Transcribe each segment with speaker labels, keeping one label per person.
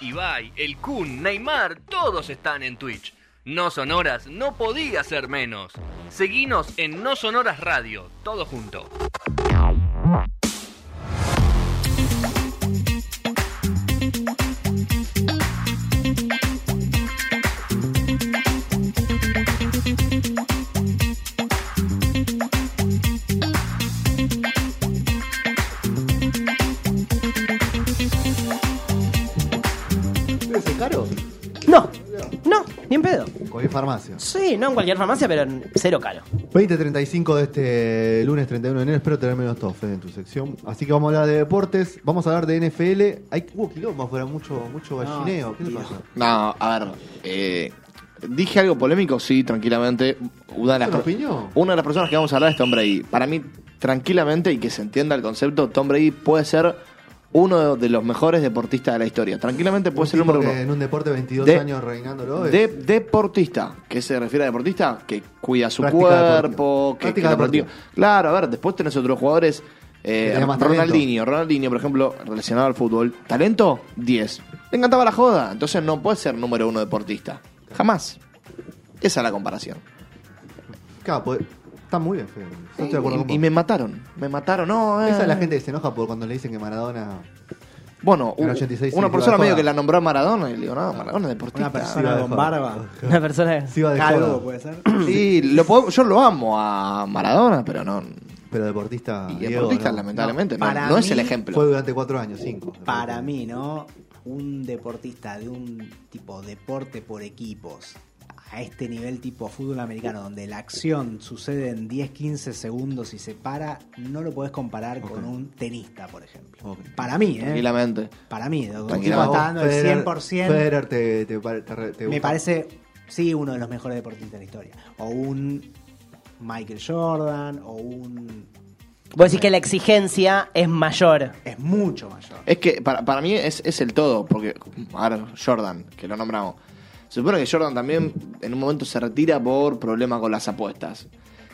Speaker 1: Ibai, el Kun, Neymar, todos están en Twitch. No Sonoras no podía ser menos. Seguinos en No Sonoras Radio, todo junto.
Speaker 2: ¿Es caro?
Speaker 3: No, no, ni en pedo.
Speaker 2: Cogí farmacia.
Speaker 3: Sí, no en cualquier farmacia, pero en cero caro.
Speaker 2: 20.35 de este lunes 31 de enero. Espero tener menos tos, Fede, en tu sección. Así que vamos a hablar de deportes. Vamos a hablar de NFL. Hay, hubo quilombo afuera, mucho, mucho gallineo. ¿Qué te pasa?
Speaker 4: No, a ver. eh, ¿Dije algo polémico? Sí, tranquilamente. Una de, las
Speaker 2: ¿Es una
Speaker 4: per-
Speaker 2: opinión?
Speaker 4: una de las personas que vamos a hablar es Tom Brady. Para mí, tranquilamente, y que se entienda el concepto, Tom Brady puede ser uno de los mejores deportistas de la historia. Tranquilamente puede ser el
Speaker 2: Un tipo
Speaker 4: número
Speaker 2: que
Speaker 4: uno.
Speaker 2: En un deporte de 22
Speaker 4: De-
Speaker 2: años reinándolo. es-
Speaker 4: De- deportista. ¿Qué se refiere a deportista? Que cuida su
Speaker 2: Práctica
Speaker 4: cuerpo,
Speaker 2: deportiva.
Speaker 4: que, que
Speaker 2: Práctica
Speaker 4: lo practica. Claro, a ver, después tenés otros jugadores. eh,
Speaker 2: Que tenés más talento.
Speaker 4: Ronaldinho, Ronaldinho, por ejemplo, relacionado al fútbol. ¿Talento? 10. Le encantaba la joda. Entonces no puede ser número uno deportista. Jamás. Esa es la comparación.
Speaker 2: Capo, eh. está muy bien, Fede. Yo estoy de acuerdo con
Speaker 4: Y,
Speaker 2: vos.
Speaker 4: y me mataron. Me mataron. No, eh.
Speaker 2: Esa es la gente que se enoja por cuando le dicen que Maradona.
Speaker 4: Bueno,
Speaker 2: En
Speaker 4: u-
Speaker 2: 86
Speaker 4: una
Speaker 2: se iba
Speaker 4: persona
Speaker 2: de
Speaker 4: medio
Speaker 2: joda.
Speaker 4: que la nombró a Maradona. Y le digo, no, Maradona es deportista.
Speaker 5: Una persona
Speaker 2: de
Speaker 5: con
Speaker 2: joda.
Speaker 5: barba.
Speaker 3: Una persona.
Speaker 2: Se iba de
Speaker 5: Calvo,
Speaker 2: joda,
Speaker 4: pues.
Speaker 5: puede ser.
Speaker 4: Sí, lo podemos- yo lo amo a Maradona, pero no.
Speaker 2: Pero deportista.
Speaker 4: Y
Speaker 2: Ah, Diego,
Speaker 4: deportista,
Speaker 2: no.
Speaker 4: lamentablemente,
Speaker 5: No,
Speaker 4: no,
Speaker 5: para
Speaker 4: no es el
Speaker 5: mí
Speaker 4: ejemplo.
Speaker 2: Fue durante 4 años, 5.
Speaker 5: Para mí, ¿no? Un deportista de un tipo deporte por equipos a este nivel tipo fútbol americano donde la acción sucede en 10-15 segundos y se para, no lo podés comparar con un tenista, por ejemplo.
Speaker 2: Ok.
Speaker 5: Para mí, ¿eh?
Speaker 4: Tranquilamente.
Speaker 5: Para mí, donde un tipo
Speaker 4: Tranquila.
Speaker 5: está dando el 100%.
Speaker 2: Federer te, te, pare- te, re- te
Speaker 5: Me
Speaker 2: gusta.
Speaker 5: parece, sí, uno de los mejores deportistas de la historia. O un Michael Jordan, o un...
Speaker 3: Vos decís que la exigencia es mayor.
Speaker 5: Es mucho mayor.
Speaker 4: Es que para, para mí es, es el todo, porque ahora Jordan, que lo nombramos. Se supone que Jordan también en un momento se retira por problemas con las apuestas.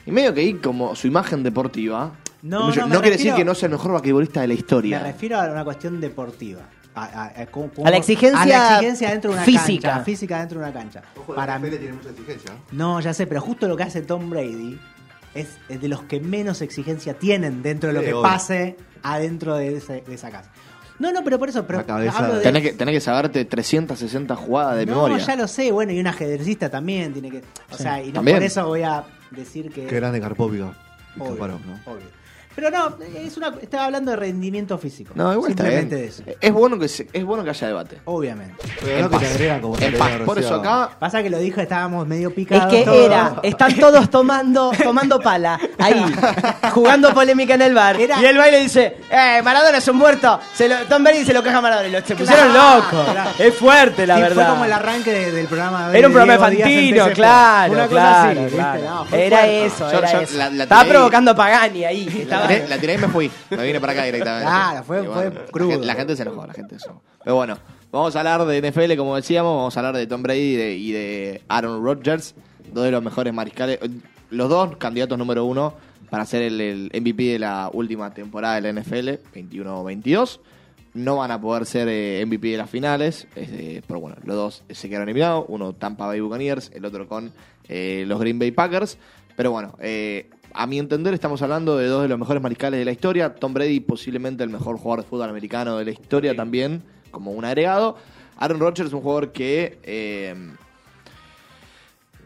Speaker 4: Y medio que ahí como su imagen deportiva.
Speaker 5: No,
Speaker 4: mucho-
Speaker 5: no, me
Speaker 4: quiere
Speaker 5: refiero-
Speaker 4: decir que no sea el mejor basquetbolista de la historia.
Speaker 5: Me refiero a una cuestión deportiva. A, a- a cómo-
Speaker 3: A la exigencia
Speaker 5: a la exigencia dentro de una
Speaker 3: física.
Speaker 5: cancha. Física dentro de una cancha.
Speaker 2: Ojo, la
Speaker 5: Para mí-
Speaker 2: NFL tiene mucha exigencia. ¿eh?
Speaker 5: No, ya sé, pero justo lo que hace Tom Brady es es de los que menos exigencia tienen dentro de lo
Speaker 2: Sí,
Speaker 5: que
Speaker 2: obvio.
Speaker 5: pase adentro de, ese- de esa casa. No, no, pero por eso. Pero
Speaker 2: La cabeza-
Speaker 5: hablo de-
Speaker 4: Tenés que, tenés que saberte 360 jugadas de
Speaker 5: no,
Speaker 4: memoria.
Speaker 5: ya lo sé, bueno, y un ajedrecista también tiene que. O sea, y no
Speaker 4: También.
Speaker 5: por eso voy a decir que.
Speaker 2: Qué grande Karpovica.
Speaker 5: obvio,
Speaker 2: Kasparov, ¿no?
Speaker 5: obvio. Pero no, es una, estaba hablando de rendimiento físico.
Speaker 4: No, igual está bien.
Speaker 5: Simplemente de eso.
Speaker 4: Es bueno que se- es bueno que haya debate.
Speaker 5: Obviamente.
Speaker 2: Pero no
Speaker 4: En
Speaker 2: que te
Speaker 4: paz.
Speaker 2: agregan como
Speaker 4: En
Speaker 2: te
Speaker 4: paz.
Speaker 2: agregan
Speaker 4: Por eso
Speaker 2: recién.
Speaker 4: acá
Speaker 5: Pasa que lo dijo, estábamos medio
Speaker 3: Es
Speaker 5: picados.
Speaker 3: que
Speaker 5: todos.
Speaker 3: era, están todos tomando, tomando pala, ahí, jugando polémica en el bar.
Speaker 5: Era-
Speaker 3: Y el baile dice, eh, Maradona es un muerto. Se lo, Tom Brady se lo caja a Maradona. Y lo, se pusieron
Speaker 5: Claro,
Speaker 3: locos.
Speaker 5: claro.
Speaker 3: Es fuerte, la
Speaker 5: Sí,
Speaker 3: verdad.
Speaker 5: Fue como el arranque de- del programa de
Speaker 3: Era un programa
Speaker 5: Diego Díaz en
Speaker 3: infantino,
Speaker 5: TC4.
Speaker 3: claro,
Speaker 5: Una cosa así,
Speaker 3: claro,
Speaker 5: ¿viste?
Speaker 3: claro.
Speaker 5: No, fue
Speaker 3: Era
Speaker 5: fuerte.
Speaker 3: eso,
Speaker 4: Yo-
Speaker 3: era
Speaker 4: yo
Speaker 3: eso.
Speaker 4: la- la
Speaker 3: Estaba
Speaker 4: tiré-
Speaker 3: provocando a Pagani ahí. que
Speaker 4: La
Speaker 3: estaba-
Speaker 4: tiré, la tiré y me fui. Me vine para acá directamente.
Speaker 5: Claro, fue-
Speaker 4: Y
Speaker 5: fue
Speaker 4: la
Speaker 5: crudo.
Speaker 4: gente- La, gente se enojó, la gente se enojó. Pero bueno, vamos a hablar de NFL, como decíamos. Vamos a hablar de Tom Brady y de, y de Aaron Rodgers, dos de los mejores mariscales. eh, Los dos candidatos número uno para ser el, el MVP de la última temporada de la NFL, 21-22. No van a poder ser eh, MVP de las finales, este, pero bueno, los dos se quedaron eliminados. Uno Tampa Bay Buccaneers, el otro con eh, los Green Bay Packers. Pero bueno, eh, a mi entender estamos hablando de dos de los mejores mariscales de la historia. Tom Brady posiblemente el mejor jugador de fútbol americano de la historia también, como un agregado. Aaron Rodgers un jugador que eh,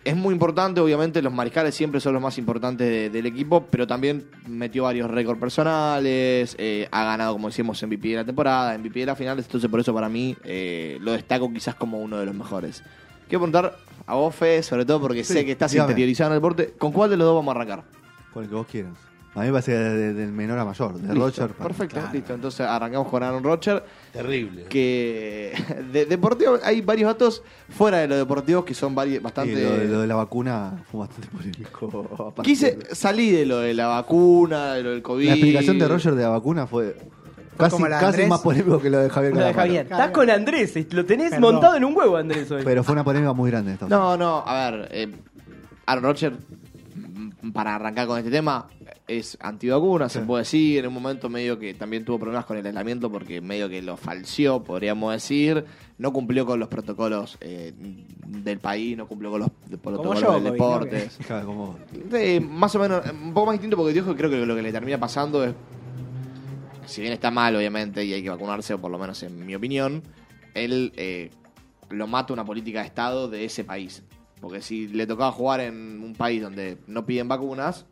Speaker 4: es muy importante, obviamente los mariscales siempre son los más importantes de- del equipo, pero también metió varios récords personales, eh, ha ganado, como decíamos, MVP de la temporada, MVP de las finales, entonces por eso para mí eh, lo destaco quizás como uno de los mejores. Quiero preguntar a vos, Fede, sobre todo porque
Speaker 2: Sí,
Speaker 4: sé que estás
Speaker 2: dígame.
Speaker 4: interiorizado en el deporte, ¿con cuál de los dos vamos a arrancar?
Speaker 2: Con el que vos quieras. A mí me parece desde del menor a mayor, de
Speaker 4: Listo,
Speaker 2: Roger. para-
Speaker 4: Perfecto,
Speaker 2: Claro.
Speaker 4: listo. Entonces arrancamos con Aaron Rodgers,
Speaker 6: Terrible.
Speaker 4: que de deportivo hay varios datos fuera de los deportivos que son vari-
Speaker 2: Sí,
Speaker 4: bastante...
Speaker 2: lo, de- lo de la vacuna fue bastante polémico. aparte.
Speaker 4: Quise salir de lo de la vacuna, de lo del COVID.
Speaker 2: La explicación de Roger de la vacuna fue, casi,
Speaker 5: como la de
Speaker 2: casi
Speaker 5: Andrés.
Speaker 2: más polémico que lo de Javier
Speaker 3: Lo de
Speaker 2: Calamaro.
Speaker 3: Javier. Estás con Andrés, lo tenés
Speaker 5: Perdón.
Speaker 3: montado en un huevo, Andrés, hoy.
Speaker 2: Pero fue una polémica muy grande esta.
Speaker 4: No, no, a ver, eh, Aaron Rodgers, mm, para arrancar con este tema, eh, es antivacuna, se
Speaker 2: Sí.
Speaker 4: puede decir. En un momento medio que también tuvo problemas con el aislamiento porque medio que lo falseó, podríamos decir. No cumplió con los protocolos eh, del país, no cumplió con los protocolos del
Speaker 5: Djokovic, ¿no?
Speaker 4: deporte.
Speaker 2: Claro, como-
Speaker 4: Eh, más o menos, eh, un poco más distinto porque Dios creo que lo que le termina pasando es. Si bien está mal, obviamente, y hay que vacunarse, o por lo menos en mi opinión, él eh, lo mata una política de Estado de ese país. Porque si le tocaba jugar en un país donde no piden vacunas,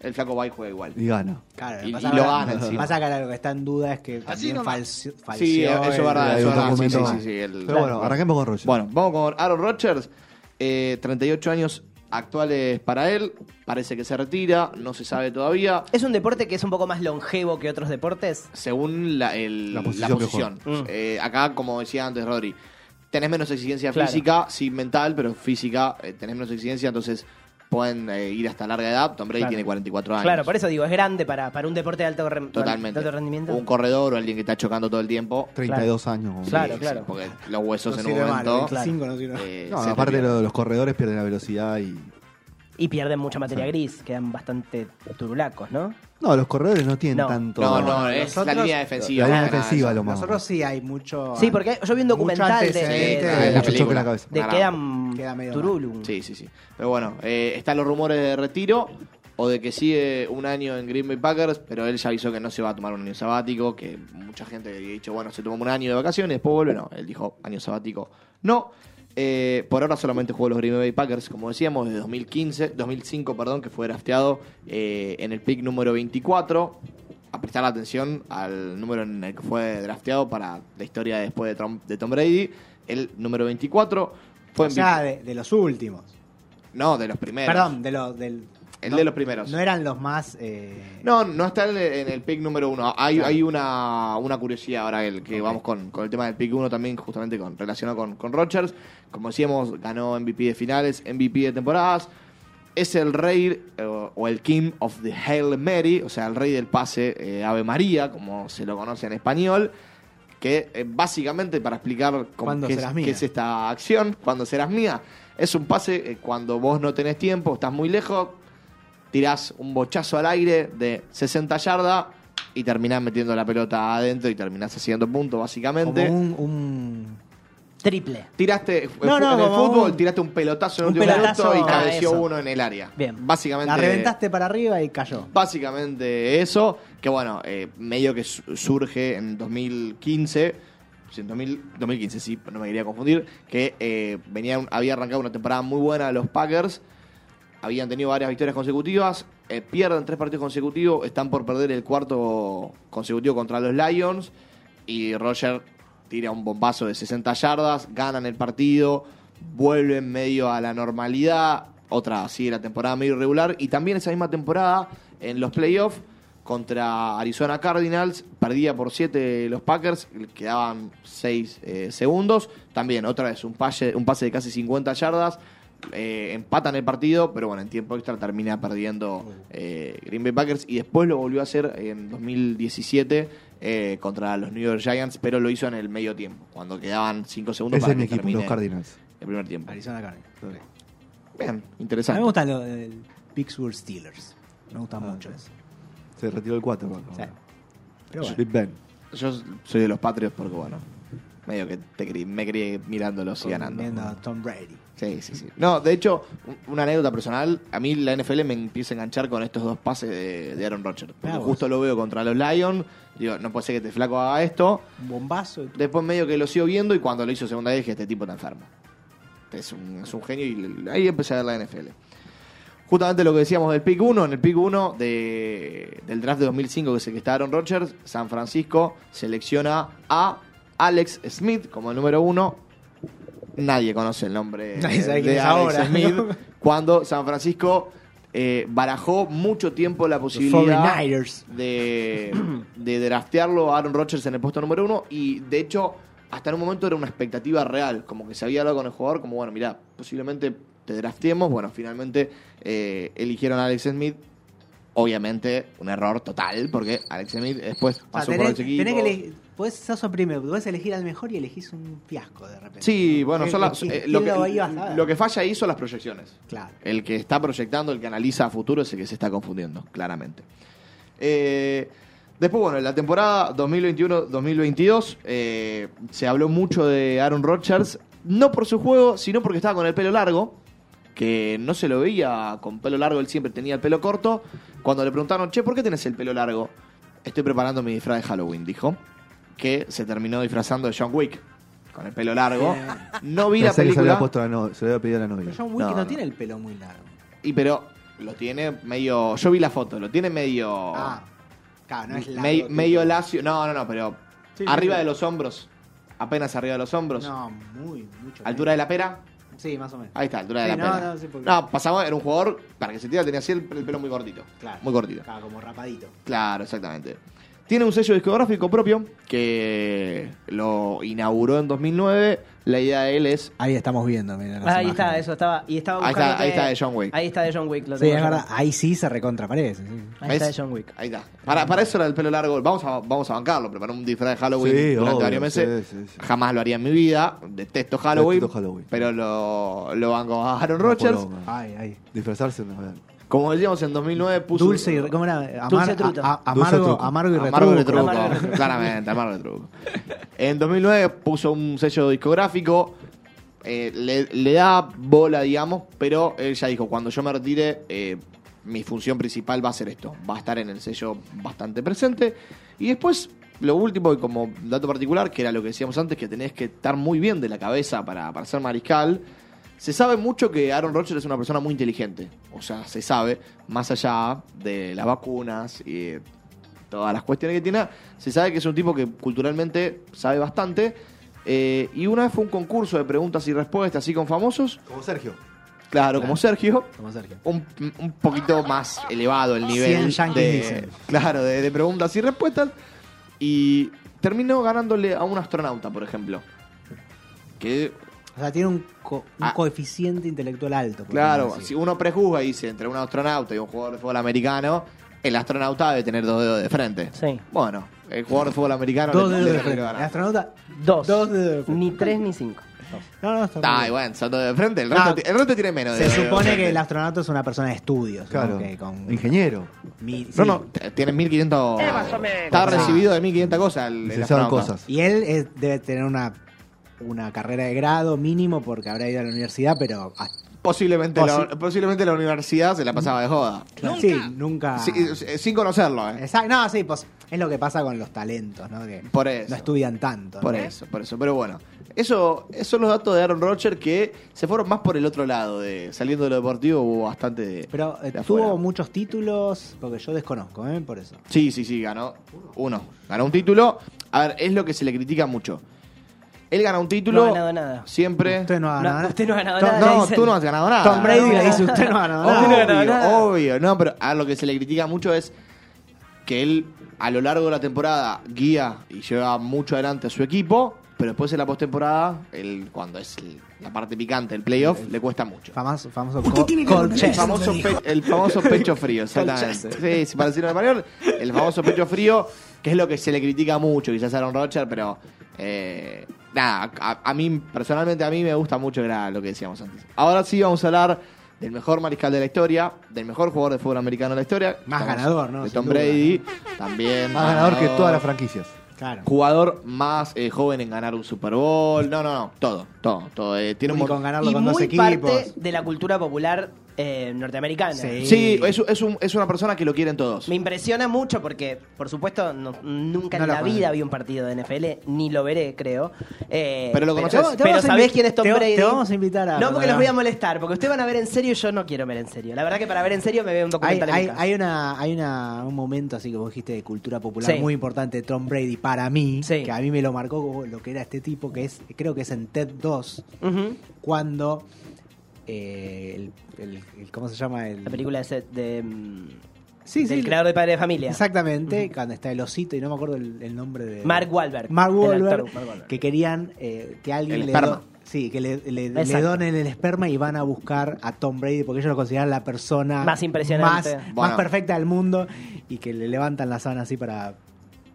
Speaker 4: el flaco va y juega igual.
Speaker 2: y gana.
Speaker 5: Claro,
Speaker 4: Y-
Speaker 5: pasa
Speaker 4: y
Speaker 5: que
Speaker 4: lo
Speaker 5: ahora-
Speaker 4: gana encima.
Speaker 5: Pasa que ahora lo que está en duda es que también
Speaker 4: nomás.
Speaker 5: false-
Speaker 4: Sí, eh,
Speaker 5: falseó
Speaker 4: eso es
Speaker 5: el-
Speaker 4: verdad,
Speaker 2: el
Speaker 4: eso es verdad. Sí,
Speaker 2: documento.
Speaker 4: sí, sí, sí, el-
Speaker 2: Pero bueno, arranquemos con Roger.
Speaker 4: Bueno, vamos con Aaron Rodgers. eh, 38 años actuales para él. Parece que se retira, no se sabe todavía.
Speaker 3: ¿Es un deporte que es un poco más longevo que otros deportes?
Speaker 4: según la, el-
Speaker 2: La
Speaker 4: la
Speaker 2: posición
Speaker 4: posición.
Speaker 2: que
Speaker 3: juegas. Mm.
Speaker 4: Eh, acá, como decía antes Rodri, tenés menos exigencia
Speaker 3: Claro.
Speaker 4: física, sí mental, pero física eh, tenés menos exigencia, entonces pueden eh, ir hasta larga edad. Tom Brady
Speaker 3: Claro.
Speaker 4: tiene 44 años.
Speaker 3: Claro, por eso digo, es grande para, para un deporte de alto, rem-
Speaker 4: Totalmente.
Speaker 3: de alto rendimiento.
Speaker 4: Un corredor o alguien que está chocando todo el tiempo.
Speaker 2: 32 años. como-
Speaker 3: Claro,
Speaker 4: Sí,
Speaker 3: claro.
Speaker 4: Porque los huesos
Speaker 5: No
Speaker 4: en un
Speaker 5: sirve mal,
Speaker 4: momento.
Speaker 5: 25 no sirve.
Speaker 4: eh,
Speaker 2: No,
Speaker 4: se
Speaker 2: aparte
Speaker 4: refieren.
Speaker 2: lo- los corredores pierden la velocidad y.
Speaker 3: Y pierden mucha materia gris, quedan bastante turulacos, ¿no?
Speaker 2: No, los corredores no tienen
Speaker 3: No.
Speaker 2: tanto.
Speaker 4: No, no,
Speaker 5: Todos.
Speaker 4: es
Speaker 5: Nosotros-
Speaker 4: la línea
Speaker 2: La
Speaker 4: defensiva.
Speaker 2: línea
Speaker 4: más que nada
Speaker 2: defensiva
Speaker 4: eso.
Speaker 2: lo más.
Speaker 5: Nosotros sí hay mucho.
Speaker 3: Sí, porque yo vi un
Speaker 5: mucho
Speaker 3: documental de-
Speaker 5: antecedente
Speaker 3: de-
Speaker 2: Ah,
Speaker 4: Eh,
Speaker 2: el
Speaker 4: la
Speaker 2: choque en
Speaker 4: película.
Speaker 2: la cabeza.
Speaker 3: De
Speaker 4: Ganamos.
Speaker 3: quedan
Speaker 5: Queda medio
Speaker 3: turulum.
Speaker 4: Sí, sí, sí. Pero bueno, eh, están los rumores de retiro o de que sigue un año en Green Bay Packers, pero él ya avisó que no se va a tomar un año sabático, que mucha gente había dicho, bueno, se tomó un año de vacaciones, después vuelve. No, él dijo, año sabático, no. Eh, por ahora solamente jugó los Green Bay Packers, como decíamos, desde 2015, 2005, perdón, que fue drafteado eh, en el pick número 24. A prestar atención al número en el que fue drafteado para la historia después de, Trump- de Tom Brady, el número 24. Fue
Speaker 5: O
Speaker 4: MVP.
Speaker 5: sea, de, de los últimos.
Speaker 4: No, de los primeros.
Speaker 5: Perdón, de los. Del,
Speaker 4: El
Speaker 5: no-
Speaker 4: de los primeros.
Speaker 5: No eran los más. eh,
Speaker 4: No, no está en el, en el pick número uno. Hay, hay una, una curiosidad ahora el que vamos con, con el tema del pick uno también, justamente con, relacionado con, con Rodgers. Como decíamos, ganó MVP de finales, MVP de temporadas. Es el rey eh, o, el King of the Hail Mary, o sea, el rey del pase eh, Ave María, como se lo conoce en español. Que eh, básicamente, para explicar cómo,
Speaker 5: ¿Cuándo
Speaker 4: qué, es-
Speaker 5: serás mía?
Speaker 4: qué es esta acción, cuando serás mía, es un pase eh, cuando vos no tenés tiempo, estás muy lejos, tirás un bochazo al aire de 60 yardas y terminás metiendo la pelota adentro y terminás haciendo puntos, básicamente.
Speaker 5: Como un, un-
Speaker 3: Triple.
Speaker 4: Tiraste
Speaker 5: No,
Speaker 4: en
Speaker 5: no,
Speaker 4: el
Speaker 5: como
Speaker 4: fútbol,
Speaker 5: un-
Speaker 4: tiraste un pelotazo en
Speaker 3: un
Speaker 4: el último
Speaker 3: pelotazo
Speaker 4: minuto y
Speaker 3: a
Speaker 4: cabeció
Speaker 3: eso.
Speaker 4: uno en el área.
Speaker 3: Bien.
Speaker 4: Básicamente.
Speaker 5: La reventaste para arriba y cayó.
Speaker 4: Básicamente eso, que bueno, eh, medio que su- surge en 2015, sí, en 2000 2015 sí, no me quería confundir, que eh, venían- había arrancado una temporada muy buena los Packers, habían tenido varias victorias consecutivas, eh, pierden tres partidos consecutivos, están por perder el cuarto consecutivo contra los Lions y Roger tira un bombazo de 60 yardas, ganan el partido, vuelven medio a la normalidad, otra sigue la temporada medio irregular y también esa misma temporada en los playoffs contra Arizona Cardinals, perdía por 7 los Packers, le quedaban 6 segundos, también otra vez un pase, un pase de casi 50 yardas, eh, empatan el partido, pero bueno, en tiempo extra termina perdiendo eh, Green Bay Packers y después lo volvió a hacer en 2017 eh, contra los New York Giants, pero lo hizo en el medio tiempo, cuando quedaban 5 segundos
Speaker 2: Ese
Speaker 4: para
Speaker 2: es mi
Speaker 4: que
Speaker 2: equipo, los
Speaker 4: termine
Speaker 2: Cardinals.
Speaker 4: el primer tiempo.
Speaker 5: Arizona Cardinals.
Speaker 4: Bien,
Speaker 5: A mí
Speaker 4: interesante.
Speaker 5: me gustan los del Pittsburgh Steelers. Me gusta
Speaker 4: Ah,
Speaker 5: mucho eso.
Speaker 2: Se retiró el 4.
Speaker 5: Sí. Pero bueno.
Speaker 2: Big Ben.
Speaker 4: Yo soy de los Patriots porque, bueno, medio que te cri- me crié mirándolos y ganando.
Speaker 5: Viendo a Tom Brady.
Speaker 4: Sí, sí, sí. No, de hecho, un- una anécdota personal. A mí la NFL me empieza a enganchar con estos dos pases de, de Aaron Rodgers. Porque
Speaker 5: Ah, vos.
Speaker 4: justo lo veo contra los Lions. Digo, no puede ser que te flaco haga esto.
Speaker 5: Un bombazo. y tu-
Speaker 4: Después medio que lo sigo viendo y cuando lo hizo segunda vez dije, este tipo está enfermo. Es un, es un genio y le- ahí empecé a ver la NFL. Justamente lo que decíamos del pick 1, en el pick 1 de- del draft de 2005 que se que está Aaron Rodgers, San Francisco selecciona a Alex Smith como el número 1. Nadie conoce el nombre
Speaker 5: Nadie sabe
Speaker 4: de
Speaker 5: quién es
Speaker 4: Alex
Speaker 5: ahora,
Speaker 4: Smith
Speaker 5: ¿no?
Speaker 4: cuando San Francisco eh, barajó mucho tiempo la posibilidad
Speaker 5: 49ers.
Speaker 4: de, de draftearlo a Aaron Rodgers en el puesto número uno. Y de hecho, hasta en un momento era una expectativa real. Como que se había hablado con el jugador, como bueno, mirá, posiblemente te drafteemos. Bueno, finalmente eh, eligieron a Alex Smith. obviamente, un error total, porque Alex Smith después
Speaker 5: O sea,
Speaker 4: pasó por
Speaker 5: tenés,
Speaker 4: los equipos.
Speaker 5: tenés que elegir. Podés, sos un premio, podés elegir al mejor y elegís un fiasco de repente.
Speaker 4: Sí, bueno, son las-
Speaker 5: ¿Quién-
Speaker 4: eh,
Speaker 5: quién
Speaker 4: lo,
Speaker 5: lo iba a
Speaker 4: que,
Speaker 5: saber?
Speaker 4: lo que falla ahí son las proyecciones.
Speaker 5: Claro.
Speaker 4: El que está proyectando, el que analiza a futuro es el que se está confundiendo, claramente. Eh, después, bueno, en la temporada 2021-2022 eh, se habló mucho de Aaron Rodgers, no por su juego, sino porque estaba con el pelo largo, que no se lo veía con pelo largo, él siempre tenía el pelo corto. Cuando le preguntaron, che, ¿por qué tenés el pelo largo? Estoy preparando mi disfraz de Halloween, dijo, que se terminó disfrazando de John Wick. Con el pelo largo. No vi la
Speaker 2: Pensé que se lo
Speaker 4: película.
Speaker 2: había puesto a la no- se lo había pedido a la novia.
Speaker 5: Pero John Wick
Speaker 4: No,
Speaker 5: no,
Speaker 4: no.
Speaker 5: tiene el pelo muy largo.
Speaker 4: Y pero lo tiene medio. Yo vi la foto, lo tiene medio.
Speaker 5: Ah, claro, no es largo.
Speaker 4: me-
Speaker 5: tipo.
Speaker 4: medio lacio. No, no, no, pero.
Speaker 5: Sí,
Speaker 4: arriba
Speaker 5: sí.
Speaker 4: de los hombros. Apenas arriba de los hombros.
Speaker 5: No, muy, mucho.
Speaker 4: Altura de la pera.
Speaker 5: menos. Sí, más o menos.
Speaker 4: Ahí está, altura de
Speaker 5: Sí,
Speaker 4: la
Speaker 5: no,
Speaker 4: pera.
Speaker 5: no, sí, porque-
Speaker 4: pasaba, era un jugador, para que se tira, tenía así el, el pelo muy cortito.
Speaker 5: Claro.
Speaker 4: Muy cortito.
Speaker 5: Claro, como rapadito.
Speaker 4: Claro, exactamente. Tiene un sello discográfico propio que lo inauguró en 2009. La idea de él es.
Speaker 5: Ahí estamos viendo, mira. las
Speaker 3: Ahí está,
Speaker 5: imágenes.
Speaker 3: eso estaba. Y estaba
Speaker 4: Ahí está-
Speaker 3: buscándote-
Speaker 4: ahí está de John Wick.
Speaker 3: Ahí está de John Wick, lo
Speaker 5: Sí,
Speaker 3: tengo
Speaker 5: es
Speaker 3: yo.
Speaker 5: verdad. Ahí sí se recontraparece. Sí.
Speaker 3: Ahí está de
Speaker 4: ¿Ves?
Speaker 3: John Wick.
Speaker 4: Ahí está. Para, para eso era el pelo largo. Vamos a, vamos a bancarlo. Preparó un disfraz de Halloween
Speaker 2: Sí,
Speaker 4: durante
Speaker 2: obvio,
Speaker 4: varios meses.
Speaker 2: sí, sí, sí.
Speaker 4: Jamás lo haría en mi vida. Detesto Halloween.
Speaker 2: Detesto Halloween.
Speaker 4: Pero lo, lo banco a Aaron Rodgers.
Speaker 2: No, no.
Speaker 5: Ay, ay.
Speaker 2: Disfrazarse no es
Speaker 4: Como decíamos, en 2009 puso.
Speaker 5: Dulce y. ¿Cómo era? Amar-
Speaker 3: Dulce truta.
Speaker 5: a- a-
Speaker 2: Dulce
Speaker 5: amargo,
Speaker 2: truta.
Speaker 5: amargo y
Speaker 4: Amargo de truco.
Speaker 5: retruco.
Speaker 3: Amargo de truco.
Speaker 4: Claramente, amargo de truco. En 2009 puso un sello discográfico. eh, le, le da bola, digamos, pero él ya dijo, cuando yo me retire, eh, mi función principal va a ser esto. Va a estar en el sello bastante presente. Y después, lo último, y como dato particular, que era lo que decíamos antes, que tenés que estar muy bien de la cabeza para, para ser mariscal. Se sabe mucho que Aaron Rodgers es una persona muy inteligente. O sea, se sabe, más allá de las vacunas eh, y todas las cuestiones que tiene, se sabe que es un tipo que culturalmente sabe bastante. Eh, y una vez fue un concurso de preguntas y respuestas así con famosos,
Speaker 2: Como Sergio.
Speaker 4: claro, como Sergio,
Speaker 5: Como Sergio.
Speaker 4: un, un poquito más elevado el nivel
Speaker 5: Cien yankees
Speaker 4: de,
Speaker 5: dicen.
Speaker 4: claro, de, de preguntas y respuestas. Y terminó ganándole a un astronauta, por ejemplo. Que,
Speaker 5: O sea, tiene un, co- un
Speaker 4: Ah.
Speaker 5: coeficiente intelectual alto. por
Speaker 4: claro,
Speaker 5: decirlo así.
Speaker 4: si uno prejuzga y dice entre un astronauta y un jugador de fútbol americano, el astronauta debe tener dos dedos de frente.
Speaker 3: Sí.
Speaker 4: Bueno, el jugador de fútbol americano
Speaker 5: Dos
Speaker 4: le-
Speaker 5: dedos
Speaker 4: le
Speaker 5: de
Speaker 4: terminó
Speaker 5: frente. El
Speaker 4: ganando.
Speaker 5: astronauta.
Speaker 3: Dos.
Speaker 5: Dos de-
Speaker 3: Ni tres ni cinco. Dos.
Speaker 5: No, no, astronauta.
Speaker 4: Ah, y bueno, son dos de frente. El
Speaker 5: No.
Speaker 4: resto, ti- el resto tiene menos.
Speaker 5: Ah, Se
Speaker 4: de- de
Speaker 5: supone
Speaker 4: frente.
Speaker 5: que el astronauta es una persona de estudios. ¿no?
Speaker 2: Claro.
Speaker 5: Que con
Speaker 2: Ingeniero.
Speaker 5: mil- sí.
Speaker 4: No, no, t- tiene 1500.
Speaker 3: Eh, más o menos.
Speaker 4: Está
Speaker 5: Ah.
Speaker 4: recibido de 1500 cosas. El, el
Speaker 2: Se saben
Speaker 4: astronauta.
Speaker 2: cosas.
Speaker 5: Y él es- debe tener una, una carrera de grado mínimo porque habrá ido a la universidad, pero ah,
Speaker 4: Posiblemente,
Speaker 5: Posi-
Speaker 4: la, posiblemente la universidad se la pasaba de joda.
Speaker 5: sí, nunca.
Speaker 4: Sí, eh, sin conocerlo, ¿eh?
Speaker 5: Exacto. No, sí, pues es lo que pasa con los talentos, ¿no? Que
Speaker 4: Por eso.
Speaker 5: no estudian tanto.
Speaker 4: Por
Speaker 5: ¿no?
Speaker 4: eso, por eso. Pero bueno, eso, esos son los datos de Aaron Rodgers que se fueron más por el otro lado. De, saliendo de lo deportivo hubo bastante de.
Speaker 5: Pero eh,
Speaker 4: de afuera.
Speaker 5: tuvo muchos títulos, porque yo desconozco, ¿eh? Por eso.
Speaker 4: Sí, sí, sí, ganó uno. Ganó un título. A ver, es lo que se le critica mucho. Él gana un título.
Speaker 3: No ha ganado nada.
Speaker 4: Siempre.
Speaker 5: Usted Ah, no ha
Speaker 3: No,
Speaker 5: ganado nada.
Speaker 3: usted no ha ganado
Speaker 5: Tom-
Speaker 3: nada.
Speaker 4: No,
Speaker 3: dicen.
Speaker 4: tú no has ganado nada.
Speaker 5: Tom Brady
Speaker 3: no,
Speaker 5: le
Speaker 3: no.
Speaker 5: dice, usted no ha ganado
Speaker 3: Usted no
Speaker 5: nada.
Speaker 3: ha ganado nada.
Speaker 4: Obvio, obvio. No, pero a lo que se le critica mucho es que él a lo largo de la temporada guía y lleva mucho adelante a su equipo, pero después en la postemporada, él, cuando es el- la parte picante, el playoff, le cuesta mucho.
Speaker 5: Famoso, famoso
Speaker 6: Usted
Speaker 5: co-
Speaker 6: tiene que
Speaker 5: cold
Speaker 6: ganar.
Speaker 4: El
Speaker 5: chest.
Speaker 4: famoso, pe- el famoso pecho frío, exactamente. Sí, sí, para decirlo en español, el famoso pecho frío, que es lo que se le critica mucho, quizás a Aaron Rodgers, pero eh, nada, a, a mí, personalmente a mí me gusta mucho era lo que decíamos antes. Ahora sí vamos a hablar del mejor mariscal de la historia, del mejor jugador de fútbol americano de la historia.
Speaker 5: Más ganador, ¿no?
Speaker 4: De
Speaker 5: Sin
Speaker 4: Tom
Speaker 5: duda.
Speaker 4: Brady, también.
Speaker 2: Más ganador que todas las franquicias.
Speaker 5: Claro.
Speaker 4: Jugador más eh, joven en ganar un Super Bowl. No, no, no. Todo, todo, todo. Eh, tiene un
Speaker 5: Único
Speaker 4: mon-
Speaker 5: en ganarlo
Speaker 3: Y
Speaker 5: con dos
Speaker 3: muy
Speaker 5: equipos.
Speaker 3: parte de la cultura popular eh, norteamericana.
Speaker 5: Sí.
Speaker 4: Sí, es, es un- es una persona que lo quieren todos.
Speaker 3: Me impresiona mucho porque, por supuesto, no- nunca
Speaker 5: No
Speaker 3: en
Speaker 5: lo
Speaker 3: la
Speaker 5: conocí.
Speaker 3: vida vi un partido de NFL, ni lo veré, creo. Eh,
Speaker 4: Pero lo conocés.
Speaker 3: Pero,
Speaker 5: Te vamos a
Speaker 3: sabés
Speaker 5: invi-
Speaker 3: quién es Tom
Speaker 5: te va-
Speaker 3: Brady.
Speaker 5: te vamos a invitar a-
Speaker 3: No, porque los
Speaker 5: bueno.
Speaker 3: voy a molestar, porque ustedes van a ver en serio y yo no quiero ver en serio. La verdad que para ver en serio me veo un
Speaker 5: Hay,
Speaker 3: documental en mi
Speaker 5: hay-
Speaker 3: casa.
Speaker 5: hay una, hay una, un momento, así que vos dijiste, de cultura popular
Speaker 3: Sí.
Speaker 5: muy importante de Tom Brady para mí,
Speaker 3: Sí.
Speaker 5: que a mí me lo marcó como lo que era este tipo, que es creo que es en TED 2,
Speaker 3: Ujú.
Speaker 5: cuando... eh, el, el- el- ¿Cómo se llama? El,
Speaker 3: La película de, Seth- de, mm,
Speaker 5: Sí,
Speaker 3: del
Speaker 5: sí.
Speaker 3: creador de Padre de Familia.
Speaker 5: Exactamente, cuando está el osito y no me acuerdo el, el nombre de.
Speaker 3: Mark Wahlberg.
Speaker 5: Mark
Speaker 3: el actor
Speaker 5: Wahlberg,
Speaker 3: Mark Wahlberg.
Speaker 5: que querían eh, que alguien
Speaker 4: El
Speaker 5: le
Speaker 4: esperma.
Speaker 5: do- sí, que le, le- le
Speaker 3: Exacto.
Speaker 5: donen el esperma y van a buscar a Tom Brady porque ellos lo consideran la persona
Speaker 3: Más impresionante.
Speaker 5: más, más
Speaker 4: Bueno.
Speaker 5: perfecta del mundo y que le levantan la sábana así para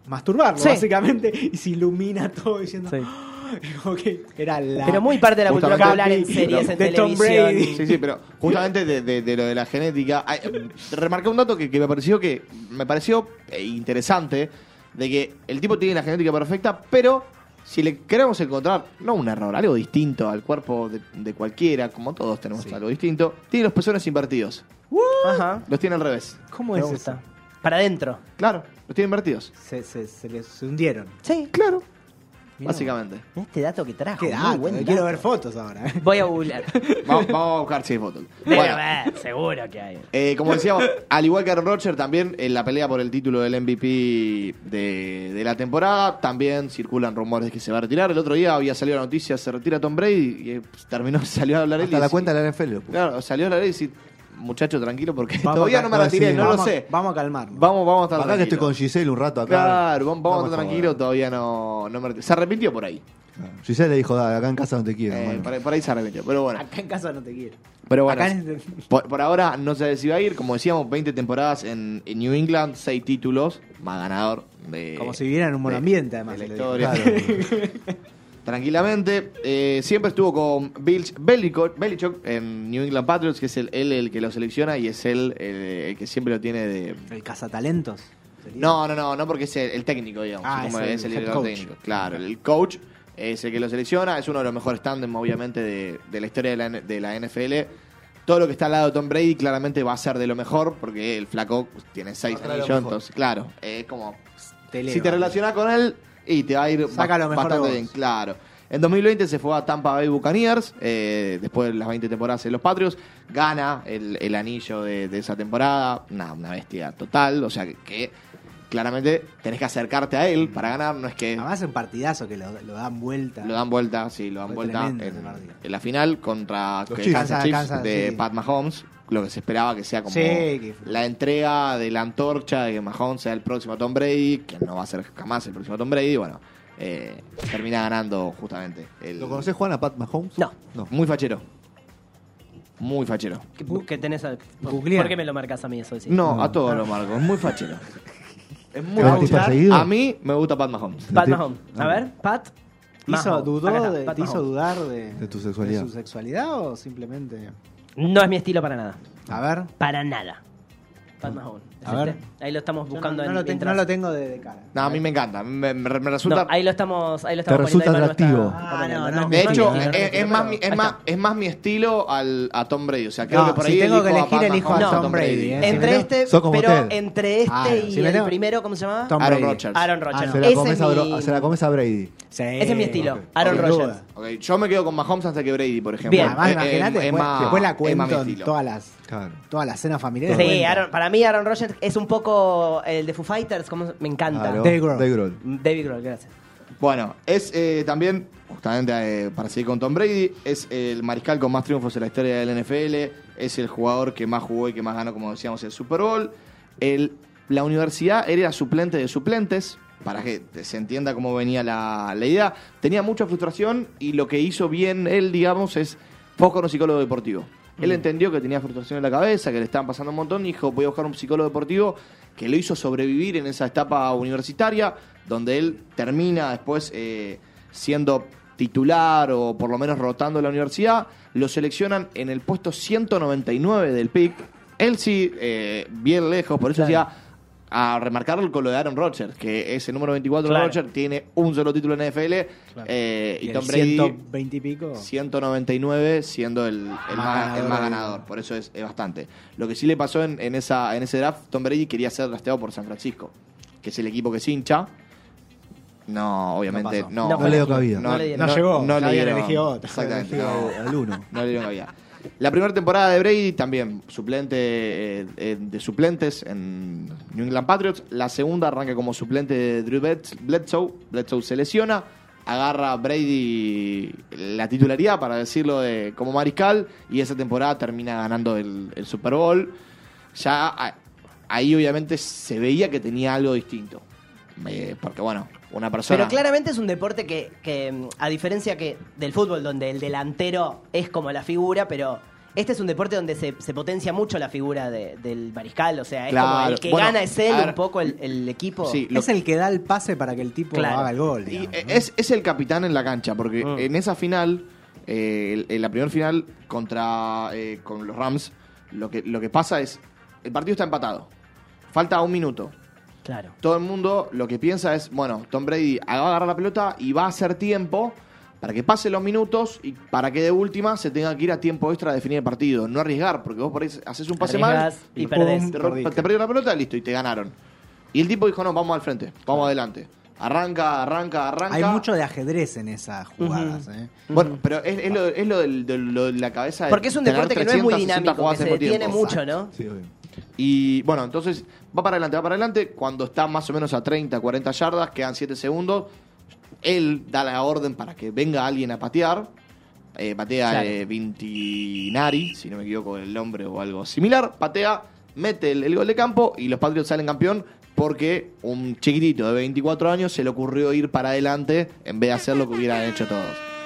Speaker 5: masturbarlo,
Speaker 3: Sí.
Speaker 5: básicamente, y se ilumina todo diciendo.
Speaker 3: Sí.
Speaker 5: como que era la.
Speaker 3: Pero muy parte de la cultura
Speaker 4: Justamente-
Speaker 3: popular en series, en
Speaker 5: de Tom
Speaker 3: televisión.
Speaker 5: Brady.
Speaker 4: Sí, sí, pero justamente de, de- de lo de la genética. ay, remarqué un dato que, que me pareció que me pareció eh, interesante de que el tipo tiene la genética perfecta, pero si le queremos encontrar no un error, algo distinto al cuerpo de, de cualquiera, como todos tenemos
Speaker 5: Sí.
Speaker 4: algo distinto, tiene los pezones invertidos.
Speaker 3: Ajá.
Speaker 4: Los tiene al revés.
Speaker 5: ¿Cómo
Speaker 3: Me
Speaker 5: es
Speaker 3: gusta.
Speaker 5: eso?
Speaker 3: Pues Para adentro.
Speaker 4: Claro, los tiene invertidos.
Speaker 5: Se, se, se les se hundieron.
Speaker 3: Sí.
Speaker 4: Claro.
Speaker 5: Mirá vos.
Speaker 4: Básicamente.
Speaker 3: Este dato que trajo.
Speaker 5: Qué
Speaker 3: muy
Speaker 5: dato, ¿eh?
Speaker 3: buen
Speaker 5: quiero
Speaker 3: dato.
Speaker 5: ver fotos ahora. eh.
Speaker 3: Voy a googlear.
Speaker 4: Vamos, vamos a buscar si hay fotos.
Speaker 3: Debe
Speaker 4: Bueno.
Speaker 3: haber, seguro que hay.
Speaker 4: Eh, como decíamos, al igual que Aaron Rodgers, también en la pelea por el título del MVP de, de la temporada, también circulan rumores de que se va a retirar. El otro día había salido la noticia, se retira Tom Brady y eh, terminó, salió a hablar él. y
Speaker 2: Hasta la
Speaker 4: decir-
Speaker 2: cuenta de la NFL. lo puso.
Speaker 4: Claro, salió a hablar él y decir, muchacho, tranquilo, porque
Speaker 5: Vamos
Speaker 4: todavía
Speaker 5: a-
Speaker 4: no me retiré,
Speaker 2: sí,
Speaker 4: no lo
Speaker 5: Vamos a-
Speaker 4: sé.
Speaker 5: Vamos a calmarnos.
Speaker 4: Vamos, vamos a estar
Speaker 2: Acá que estoy con
Speaker 4: tranquilos.
Speaker 2: Giselle un rato acá.
Speaker 4: Claro, vamos, vamos a
Speaker 2: No me
Speaker 4: estar tranquilos,
Speaker 2: jodas.
Speaker 4: todavía no, no me retiré. Se arrepintió por ahí.
Speaker 2: Claro. Giselle le dijo, dale, acá en casa no te quiero.
Speaker 4: Eh,
Speaker 2: hermano.
Speaker 4: por ahí. Por ahí se arrepintió, pero bueno.
Speaker 5: Acá en casa no te quiero.
Speaker 4: Pero bueno,
Speaker 5: Acá en-
Speaker 4: por, por ahora no se si va a ir. Como decíamos, 20 temporadas en, en New England, 6 títulos, más ganador de.
Speaker 5: Como si viviera en un buen
Speaker 4: de-
Speaker 5: ambiente, además,
Speaker 4: de la
Speaker 5: se lo
Speaker 4: historia. Tranquilamente. Eh, siempre estuvo con Bill Belichick Belichick en New England Patriots, que es el, él el que lo selecciona y es él eh, el que siempre lo tiene de.
Speaker 5: El cazatalentos. sería.
Speaker 4: No, no, no, no, porque es el, el técnico, digamos.
Speaker 5: Ah,
Speaker 4: Sí, como
Speaker 5: es el
Speaker 4: es el,
Speaker 5: head
Speaker 4: director
Speaker 5: coach.
Speaker 4: técnico. Claro, el coach es el que lo selecciona, es uno de los mejores tándem, obviamente, de, de la historia de la, N- de la NFL. Todo lo que está al lado de Tom Brady claramente va a ser de lo mejor, porque el flaco tiene seis
Speaker 2: Va a ser de lo
Speaker 4: anillos,
Speaker 2: mejor.
Speaker 4: entonces, claro, es como...
Speaker 5: eleva.
Speaker 4: si te relacionas con él, y te va a ir ba-
Speaker 5: Saca lo mejor de
Speaker 4: bastante
Speaker 5: vos.
Speaker 4: bien, claro. En 2020 se fue a Tampa Bay Buccaneers, eh, después de las 20 temporadas en los Patriots, gana el, el anillo de, de esa temporada, nada, una bestia total, o sea que, que claramente tenés que acercarte a él para ganar, no es que
Speaker 5: Además, es un partidazo que lo, lo dan vuelta.
Speaker 4: eh. lo dan vuelta, sí, lo dan
Speaker 5: Fue
Speaker 4: vuelta en,
Speaker 5: tremendo ese partido.
Speaker 4: en la final contra
Speaker 2: Los
Speaker 4: que-
Speaker 2: Chiefs.
Speaker 4: Kansas Chiefs
Speaker 5: Kansas,
Speaker 4: de
Speaker 5: sí.
Speaker 4: Pat Mahomes, lo que se esperaba que sea como
Speaker 5: Sí, que-
Speaker 4: la entrega de la antorcha de que Mahomes sea el próximo Tom Brady, que no va a ser jamás el próximo Tom Brady, bueno, eh, termina ganando justamente. El,
Speaker 2: ¿Lo conocés, Juan, a Pat Mahomes?
Speaker 3: No.
Speaker 2: No.
Speaker 4: Muy fachero. Muy fachero.
Speaker 3: ¿Qué, qué tenés al- ¿Por
Speaker 5: Googlear.
Speaker 3: qué me lo marcas a mí eso? Sí.
Speaker 4: No, a todos los marcos, muy fachero. Es
Speaker 2: ¿Te
Speaker 4: muy
Speaker 2: lo
Speaker 4: fachero.
Speaker 2: has seguido?
Speaker 4: A mí me gusta Pat Mahomes.
Speaker 3: Pat
Speaker 2: Te-
Speaker 3: Mahomes. A ver, Pat.
Speaker 5: ¿Te hizo,
Speaker 3: Mahomes.
Speaker 5: dudó
Speaker 3: Acá está,
Speaker 5: de-
Speaker 3: Pat
Speaker 5: te hizo
Speaker 3: Mahomes.
Speaker 5: dudar de,
Speaker 2: De tu sexualidad.
Speaker 5: de su sexualidad o simplemente.?
Speaker 3: No es mi estilo para nada.
Speaker 5: A ver.
Speaker 3: Para nada. Pat Mahomes. ¿Es
Speaker 5: A ver.
Speaker 3: este? Ahí lo estamos
Speaker 5: yo
Speaker 3: buscando
Speaker 5: no,
Speaker 3: en
Speaker 5: no lo ten-
Speaker 3: mientras-
Speaker 5: no lo tengo de, de cara.
Speaker 4: No, a mí me encanta, me, me- me
Speaker 3: No,
Speaker 4: resulta...
Speaker 3: ahí lo estamos, ahí lo
Speaker 2: Te
Speaker 3: estamos
Speaker 2: resulta
Speaker 3: poniendo, ahí no lo
Speaker 2: atractivo.
Speaker 5: Ah, no,
Speaker 3: está-
Speaker 5: no,
Speaker 4: De
Speaker 5: Mami,
Speaker 4: hecho,
Speaker 5: no, no,
Speaker 4: es, es
Speaker 5: no,
Speaker 4: más, mi, es,
Speaker 3: Ahí
Speaker 4: más,
Speaker 3: está.
Speaker 4: es más mi estilo al, a Tom Brady. O sea, creo
Speaker 5: No,
Speaker 4: que por
Speaker 5: si
Speaker 4: ahí
Speaker 5: tengo que
Speaker 4: elijo
Speaker 5: elegir,
Speaker 4: Pat
Speaker 5: elijo a
Speaker 4: Mahomes,
Speaker 5: Tom Brady, ¿eh?
Speaker 3: Entre
Speaker 5: ¿no?
Speaker 3: este,
Speaker 2: Sos como
Speaker 3: pero
Speaker 2: Tel.
Speaker 3: entre este
Speaker 5: Ah,
Speaker 3: y
Speaker 5: si me
Speaker 3: el
Speaker 5: no-
Speaker 3: primero, ¿cómo se llama?
Speaker 5: Tom
Speaker 4: Aaron
Speaker 5: Brady.
Speaker 4: Rodgers.
Speaker 3: Aaron Rodgers.
Speaker 2: Ah, Se la,
Speaker 3: Ese
Speaker 2: comes
Speaker 3: es
Speaker 2: a, Bro-
Speaker 3: mi-
Speaker 2: se la comes a Brady.
Speaker 5: Sí.
Speaker 3: Ese es mi estilo.
Speaker 5: Ok.
Speaker 3: Aaron
Speaker 5: Sin
Speaker 3: Rodgers.
Speaker 5: duda.
Speaker 4: Ok, yo me quedo con Mahomes antes que Brady, por ejemplo.
Speaker 3: Bien.
Speaker 5: Además,
Speaker 4: Eh, eh,
Speaker 5: imagínate,
Speaker 4: es
Speaker 5: después,
Speaker 4: más-
Speaker 5: después la
Speaker 4: es más
Speaker 5: cuento
Speaker 4: mi
Speaker 5: en
Speaker 4: estilo.
Speaker 5: todas las,
Speaker 2: Claro.
Speaker 5: todas las cenas familiares.
Speaker 3: Sí,
Speaker 5: cuentan.
Speaker 3: Aaron- para mí Aaron Rodgers es un poco el de Foo Fighters, como me encanta.
Speaker 2: Claro.
Speaker 5: Dave Grohl.
Speaker 2: Dave Grohl.
Speaker 3: David Grohl, gracias.
Speaker 4: Bueno, es eh, también, justamente eh, para seguir con Tom Brady, es el mariscal con más triunfos en la historia del NFL, es el jugador que más jugó y que más ganó, como decíamos, el Super Bowl. El- la universidad era suplente de suplentes, para que se entienda cómo venía la, la idea. Tenía mucha frustración y lo que hizo bien él, digamos, es fue con un psicólogo deportivo. Él entendió que tenía frustración en la cabeza, que le estaban pasando un montón, y dijo, voy a buscar un psicólogo deportivo que lo hizo sobrevivir en esa etapa universitaria, donde él termina después eh, siendo titular o por lo menos rotando la universidad. Lo seleccionan en el puesto 199 del pick. Él sí, eh, bien lejos, por eso
Speaker 3: Claro.
Speaker 4: decía, a remarcarlo con lo de Aaron Rodgers, que es el número 24 de
Speaker 3: Claro.
Speaker 4: Rodgers, tiene un solo título en NFL, eh, y,
Speaker 5: el
Speaker 4: Tom Brady...
Speaker 5: 120 y pico.
Speaker 4: 199 siendo el, el más,
Speaker 5: ganador
Speaker 4: el más
Speaker 5: del-
Speaker 4: ganador, por eso es, es bastante. Lo que sí le pasó en, en esa, en ese draft, Tom Brady quería ser drafteado por San Francisco, que es el equipo que se hincha. No, obviamente
Speaker 5: pasó.
Speaker 4: no.
Speaker 3: No,
Speaker 2: No le dio cabida.
Speaker 3: No le dieron.
Speaker 5: No llegó,
Speaker 4: no le
Speaker 5: habían
Speaker 4: dieron.
Speaker 5: elegido otro.
Speaker 4: Exactamente.
Speaker 2: Eligió
Speaker 4: no.
Speaker 2: Al uno.
Speaker 4: No le dieron cabida. La primera temporada de Brady también, suplente eh, eh, de suplentes en New England Patriots. La segunda arranca como suplente de Drew Bledsoe. Bledsoe, Bledsoe se lesiona. Agarra Brady la titularidad, para decirlo, de, como mariscal. Y esa temporada termina ganando el, el Super Bowl. Ya ah, ahí obviamente se veía que tenía algo distinto. Eh, porque bueno, una persona...
Speaker 3: Pero claramente es un deporte que, que, mm, a diferencia que del fútbol, donde el delantero es como la figura, pero este es un deporte donde se, se potencia mucho la figura de- del mariscal. O sea, es como
Speaker 4: Claro.
Speaker 3: el que
Speaker 4: Bueno,
Speaker 3: gana es él,
Speaker 4: a ver,
Speaker 3: un poco el, el equipo.
Speaker 4: Sí, lo-
Speaker 5: Es el que da el pase para que el tipo
Speaker 3: Claro.
Speaker 5: haga el gol.
Speaker 4: Y,
Speaker 5: digamos,
Speaker 4: eh,
Speaker 5: ¿no?
Speaker 4: es, es el capitán en la cancha, porque
Speaker 3: Mm.
Speaker 4: en esa final, eh, el- en la primera final contra eh, con los Rams, lo que, lo que pasa es, el partido está empatado, falta un minuto.
Speaker 3: Claro.
Speaker 4: Todo el mundo lo que piensa es, bueno, Tom Brady va a agarrar la pelota y va a hacer tiempo para que pasen los minutos y para que de última se tenga que ir a tiempo extra a definir el partido, no arriesgar, porque vos por ahí haces un pase mal
Speaker 3: Arriesgas y perdés.
Speaker 4: te, ro- te perdió la pelota, listo, y te ganaron. Y el tipo dijo, no, vamos al frente, vamos adelante. Arranca, arranca, arranca.
Speaker 5: Hay mucho de ajedrez en esas jugadas. ¿eh?
Speaker 4: Bueno, pero es, es lo, es lo del- del- lo de la cabeza de
Speaker 3: Porque es un
Speaker 4: tener
Speaker 3: deporte que no es muy
Speaker 4: 360
Speaker 3: dinámico, que
Speaker 4: jugadas
Speaker 3: se
Speaker 4: al mismo
Speaker 3: detiene
Speaker 4: tiempo.
Speaker 3: mucho, ¿no?
Speaker 2: Sí, obvio.
Speaker 4: Y bueno, entonces va para adelante, va para adelante. Cuando está más o menos a 30, 40 yardas, quedan 7 segundos. Él da la orden para que venga alguien a patear. Eh, patea
Speaker 3: Claro.
Speaker 4: eh, Vintinari, si no me equivoco, el nombre o algo similar. Patea, mete el, el gol de campo y los Patriots salen campeón porque un chiquitito de 24 años se le ocurrió ir para adelante en vez de hacer lo que hubieran hecho todos.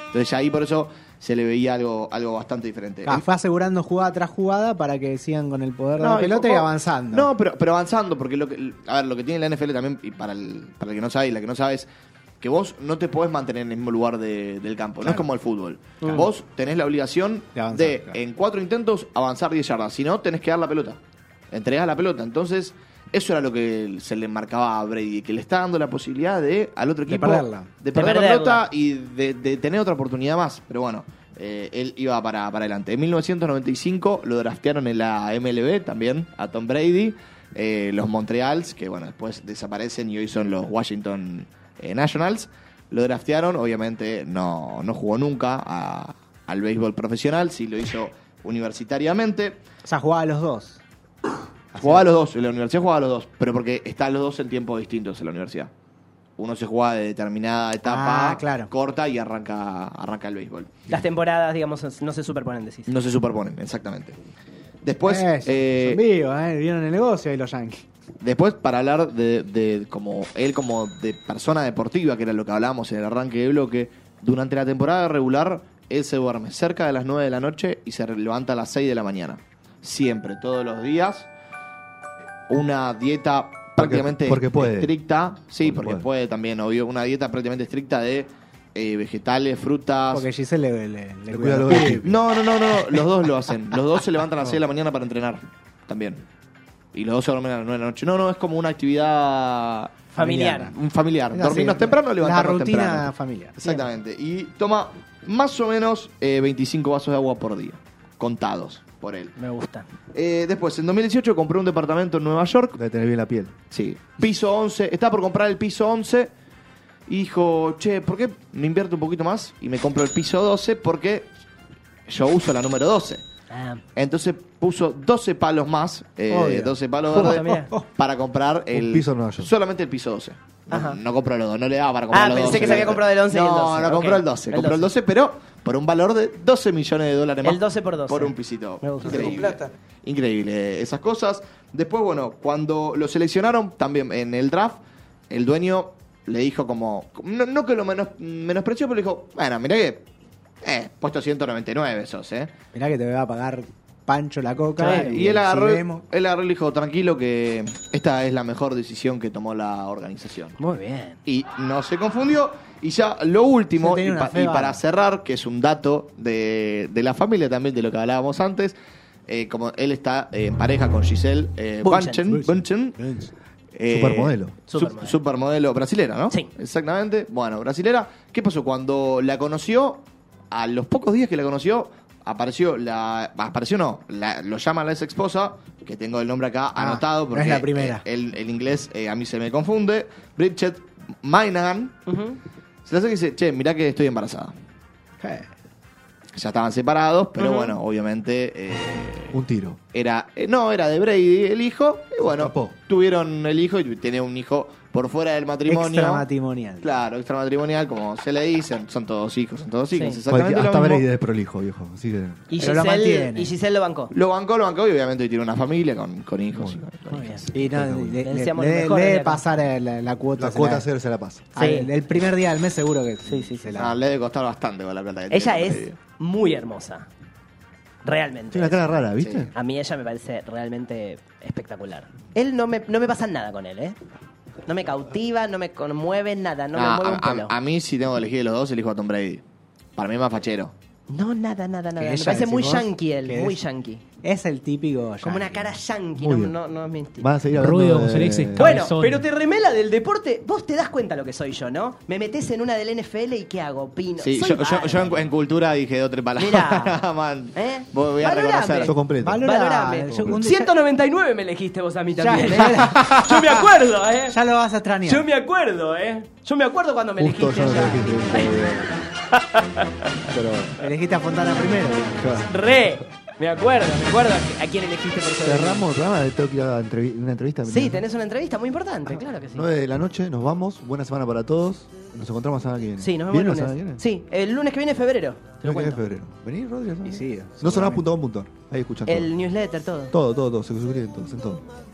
Speaker 4: Entonces ahí por eso se le veía algo, algo bastante diferente.
Speaker 5: Ah, fue asegurando jugada tras jugada para que sigan con el poder de
Speaker 4: No,
Speaker 5: la pelota
Speaker 4: po-
Speaker 5: y
Speaker 4: po-
Speaker 5: avanzando.
Speaker 4: No, pero, pero avanzando, porque lo que, a ver, lo que tiene la NFL también, y para el, para el que no sabe y la que no sabe, es que vos no te podés mantener en el mismo lugar de- del campo. No es como el fútbol. Vos tenés la obligación de,
Speaker 5: De avanzar, claro.
Speaker 4: en cuatro intentos, avanzar 10 yardas. Si no, tenés que dar la pelota. Entregás la pelota. Entonces, eso era lo que se le marcaba a Brady, que le está dando la posibilidad de al otro
Speaker 5: De
Speaker 4: equipo
Speaker 5: perderla.
Speaker 4: de perder la
Speaker 3: perderla.
Speaker 4: pelota y de, de tener otra oportunidad más. Pero bueno, eh, él iba para, para adelante. En 1995 lo draftearon en la MLB también a Tom Brady. eh, los Montreals, que bueno, después desaparecen y hoy son los Washington eh, Nationals. Lo draftearon, obviamente no, no jugó nunca a- al béisbol profesional, sí lo hizo universitariamente.
Speaker 5: O sea, jugaba a los dos.
Speaker 4: Jugaba a los dos, en la universidad jugaba a los dos, pero porque están los dos en tiempos distintos en la universidad. Uno se juega de determinada etapa
Speaker 5: Ah, claro.
Speaker 4: corta y arranca, arranca el béisbol.
Speaker 3: Las temporadas, digamos, no se superponen, decís.
Speaker 4: No se superponen, exactamente. Después,
Speaker 5: Eh, son-
Speaker 4: eh,
Speaker 5: son vivos, ¿eh? Vieron el negocio y los Yankees.
Speaker 4: después para hablar de, de como él como de persona deportiva, que era lo que hablábamos en el arranque de bloque, durante la temporada regular, él se duerme cerca de las 9 de la noche y se levanta a las 6 de la mañana. Siempre, todos los días. Una dieta prácticamente
Speaker 2: porque puede.
Speaker 4: estricta. Sí,
Speaker 2: Porque
Speaker 4: porque puede.
Speaker 2: puede.
Speaker 4: también, obvio. Una dieta prácticamente estricta de eh, vegetales, frutas.
Speaker 5: Porque Giselle le, le, le
Speaker 2: Le
Speaker 5: cuida
Speaker 2: cuida
Speaker 5: los
Speaker 2: los
Speaker 5: pibes.
Speaker 2: pibes.
Speaker 4: No, no, no, no, los dos lo hacen. Los dos se levantan a las 6 de la mañana para entrenar también. Y los dos se duermen a las 9 de la noche. No, no, es como una actividad
Speaker 3: Familiar.
Speaker 4: un familiar.
Speaker 5: Es
Speaker 4: Dormirnos
Speaker 5: así,
Speaker 4: temprano,
Speaker 5: La
Speaker 4: levantarnos
Speaker 5: rutina
Speaker 4: temprano.
Speaker 5: familiar.
Speaker 4: Exactamente. Y toma más o menos eh, 25 vasos de agua por día, contados por él.
Speaker 3: Me gusta.
Speaker 4: Eh, después, en 2018 compró un departamento en Nueva York
Speaker 2: Debe tener bien la piel.
Speaker 4: Sí. Piso 11. Estaba por comprar el piso 11. Y dijo, che, ¿por qué no invierto un poquito más y me compro el piso 12? Porque yo uso la número 12.
Speaker 3: Ah,
Speaker 4: Entonces puso 12 palos más, eh,
Speaker 5: Obvio.
Speaker 4: 12
Speaker 3: Puta,
Speaker 4: palos verdes,
Speaker 3: mira.
Speaker 4: para comprar el.
Speaker 2: Oh. piso en Nueva York.
Speaker 4: Solamente el piso 12. No-
Speaker 3: Ajá.
Speaker 4: No, compró los dos, no le daba para comprar
Speaker 3: Ah,
Speaker 4: los
Speaker 3: pensé
Speaker 4: 12,
Speaker 3: que se había comprado el 11 y
Speaker 4: No,
Speaker 3: el 12,
Speaker 4: no
Speaker 3: ok.
Speaker 4: compró el 12.
Speaker 3: El
Speaker 4: compró el 12, pero por un valor de 12 millones de dólares más.
Speaker 3: El 12 por 12.
Speaker 4: Por un pisito.
Speaker 3: Me gusta.
Speaker 4: Increíble. Increíble esas cosas. Después, bueno, cuando lo seleccionaron también en el draft, el dueño le dijo como. No, no que lo menos- menospreció, pero le dijo, bueno, mirá que. Eh, puesto 199 sos, eh.
Speaker 5: Mirá que te va a pagar Pancho la coca.
Speaker 4: Claro, y él agarró,
Speaker 5: si vemos-
Speaker 4: él agarró y le dijo, tranquilo que esta es la mejor decisión que tomó la organización.
Speaker 3: muy bien.
Speaker 4: Y no se confundió. Y ya lo último,
Speaker 5: Se
Speaker 4: y,
Speaker 5: tenía una
Speaker 4: pa-
Speaker 5: fe
Speaker 4: y
Speaker 5: bárbara.
Speaker 4: para cerrar, que es un dato de, de la familia también, de lo que hablábamos antes, eh, como él está eh, en pareja con Giselle eh,
Speaker 3: Bunchen.
Speaker 4: Bunchen, Bunchen, eh,
Speaker 2: Supermodelo.
Speaker 4: sup-
Speaker 3: Supermodelo.
Speaker 4: Supermodelo. brasilera, ¿no?
Speaker 3: Sí.
Speaker 4: Exactamente. Bueno, brasilera. ¿Qué pasó? Cuando la conoció, a los pocos días que la conoció, apareció la. Apareció no, la- lo llama la ex esposa, que tengo el nombre acá
Speaker 5: Ah,
Speaker 4: anotado.
Speaker 5: no
Speaker 4: Porque
Speaker 5: es la primera.
Speaker 4: eh, el, el inglés eh, a mí se me confunde. Bridget Mainagan.
Speaker 3: Ujú.
Speaker 4: Se le hace que dice, che, mirá que estoy embarazada.
Speaker 5: Eh,
Speaker 4: Ya estaban separados, pero
Speaker 3: Ujú.
Speaker 4: bueno, obviamente. eh,
Speaker 2: Un tiro.
Speaker 4: era eh, No, era de Brady el hijo. Y bueno,
Speaker 2: escapó.
Speaker 4: tuvieron el hijo y tiene un hijo por fuera del matrimonio.
Speaker 5: Extramatrimonial.
Speaker 4: Claro, extramatrimonial, como se le dicen, son todos hijos, son todos hijos.
Speaker 3: Sí.
Speaker 4: Exactamente lo
Speaker 2: Cualquier- hasta
Speaker 4: mismo.
Speaker 2: Brady es prolijo, viejo. Así que.
Speaker 3: Y
Speaker 5: Pero lo
Speaker 3: Giselle,
Speaker 5: mantiene.
Speaker 3: y Giselle lo bancó.
Speaker 4: Lo bancó, lo bancó y obviamente hoy tiene una familia con, con hijos. Ah, y con- con
Speaker 3: Muy
Speaker 4: hijas.
Speaker 3: bien.
Speaker 5: Y no, le,
Speaker 3: Le
Speaker 5: le-
Speaker 3: deseamos
Speaker 5: le-
Speaker 3: lo mejor
Speaker 5: le
Speaker 3: a
Speaker 5: debe
Speaker 3: Diego.
Speaker 5: pasar eh, la, la cuota.
Speaker 2: La
Speaker 5: se
Speaker 2: cuota
Speaker 5: la-
Speaker 2: cero se la pasa.
Speaker 5: al-
Speaker 3: Sí.
Speaker 5: El, primer día del mes seguro que sí,
Speaker 3: sí,
Speaker 5: se
Speaker 3: sí.
Speaker 5: la
Speaker 4: Ah, le debe costar bastante con la plata que tiene.
Speaker 3: Ella
Speaker 4: por
Speaker 3: es
Speaker 4: ahí.
Speaker 3: muy hermosa. Realmente.
Speaker 2: Tiene una cara rara, ¿viste?
Speaker 3: A mí ella me parece realmente espectacular. Él no me, no me pasa nada con él, ¿eh? No me cautiva, no me conmueve nada, no
Speaker 4: Ah,
Speaker 3: me mueve un
Speaker 4: a- a,
Speaker 3: pelo.
Speaker 4: a mí, si tengo que elegir de los dos, elijo a Tom Brady. Para mí es más fachero.
Speaker 3: No, nada, nada, nada.
Speaker 5: Que
Speaker 3: Me
Speaker 5: ella,
Speaker 3: parece muy
Speaker 5: decís vos,
Speaker 3: yankee él,
Speaker 5: que
Speaker 3: muy
Speaker 5: es-
Speaker 3: yankee.
Speaker 5: Es el típico.
Speaker 3: Como una
Speaker 5: yankee.
Speaker 3: cara yankee,
Speaker 2: Muy
Speaker 3: no,
Speaker 2: bien.
Speaker 3: no, no es mi estilo.
Speaker 2: Van a seguir hablando.
Speaker 6: Rubio,
Speaker 2: de-
Speaker 6: como se le dice, cabrón.
Speaker 3: Bueno,
Speaker 6: Cabezón.
Speaker 3: pero te remela del deporte, vos te das cuenta lo que soy yo, ¿no? Me metés en una del NFL y ¿qué hago? Pino.
Speaker 4: Sí,
Speaker 3: Soy
Speaker 4: yo, yo- yo en,
Speaker 3: bárbaro.
Speaker 4: en cultura dije de otra palabra.
Speaker 3: Mirá.
Speaker 4: Man,
Speaker 3: ¿Eh?
Speaker 4: voy, voy a
Speaker 3: Valorame.
Speaker 4: reconocer.
Speaker 2: Sos completo.
Speaker 5: Valo-
Speaker 3: Valorame.
Speaker 5: Yo un día-
Speaker 3: 199 me elegiste vos a mí
Speaker 5: Ya,
Speaker 3: también. ¿eh?
Speaker 5: ya.
Speaker 3: Yo me acuerdo, ¿eh?
Speaker 5: Ya lo vas a extrañar.
Speaker 3: Yo me acuerdo, ¿eh? Yo me acuerdo cuando me
Speaker 2: Justo
Speaker 3: elegiste.
Speaker 2: yo no
Speaker 3: ya.
Speaker 2: te dijiste. justo, Pero.
Speaker 5: Elegiste a Fontana primero.
Speaker 2: claro.
Speaker 3: Re. Me acuerdo, me acuerdo a- a quién elegiste por sobre mí.
Speaker 2: Cerramos el programa, le tengo que ir a entrevi- una entrevista.
Speaker 3: Sí, tenés una entrevista muy importante, claro que sí.
Speaker 2: 9 de la noche, nos vamos. Buena semana para todos. Nos encontramos la semana que viene.
Speaker 3: Sí, nos vemos el
Speaker 2: ¿Viene la
Speaker 3: lunes.
Speaker 2: semana que viene?
Speaker 3: Sí, el lunes que viene es febrero. Te lo
Speaker 2: Creo que es
Speaker 3: cuento.
Speaker 2: febrero. ¿Venís, Rodri? la semana
Speaker 5: Y
Speaker 2: que
Speaker 5: sí,
Speaker 2: viene? No sonaba punto com punto ar. Ahí escuchan
Speaker 3: El newsletter, todo.
Speaker 2: todo. Todo, todo, todo. Se suscriben todos, en todo.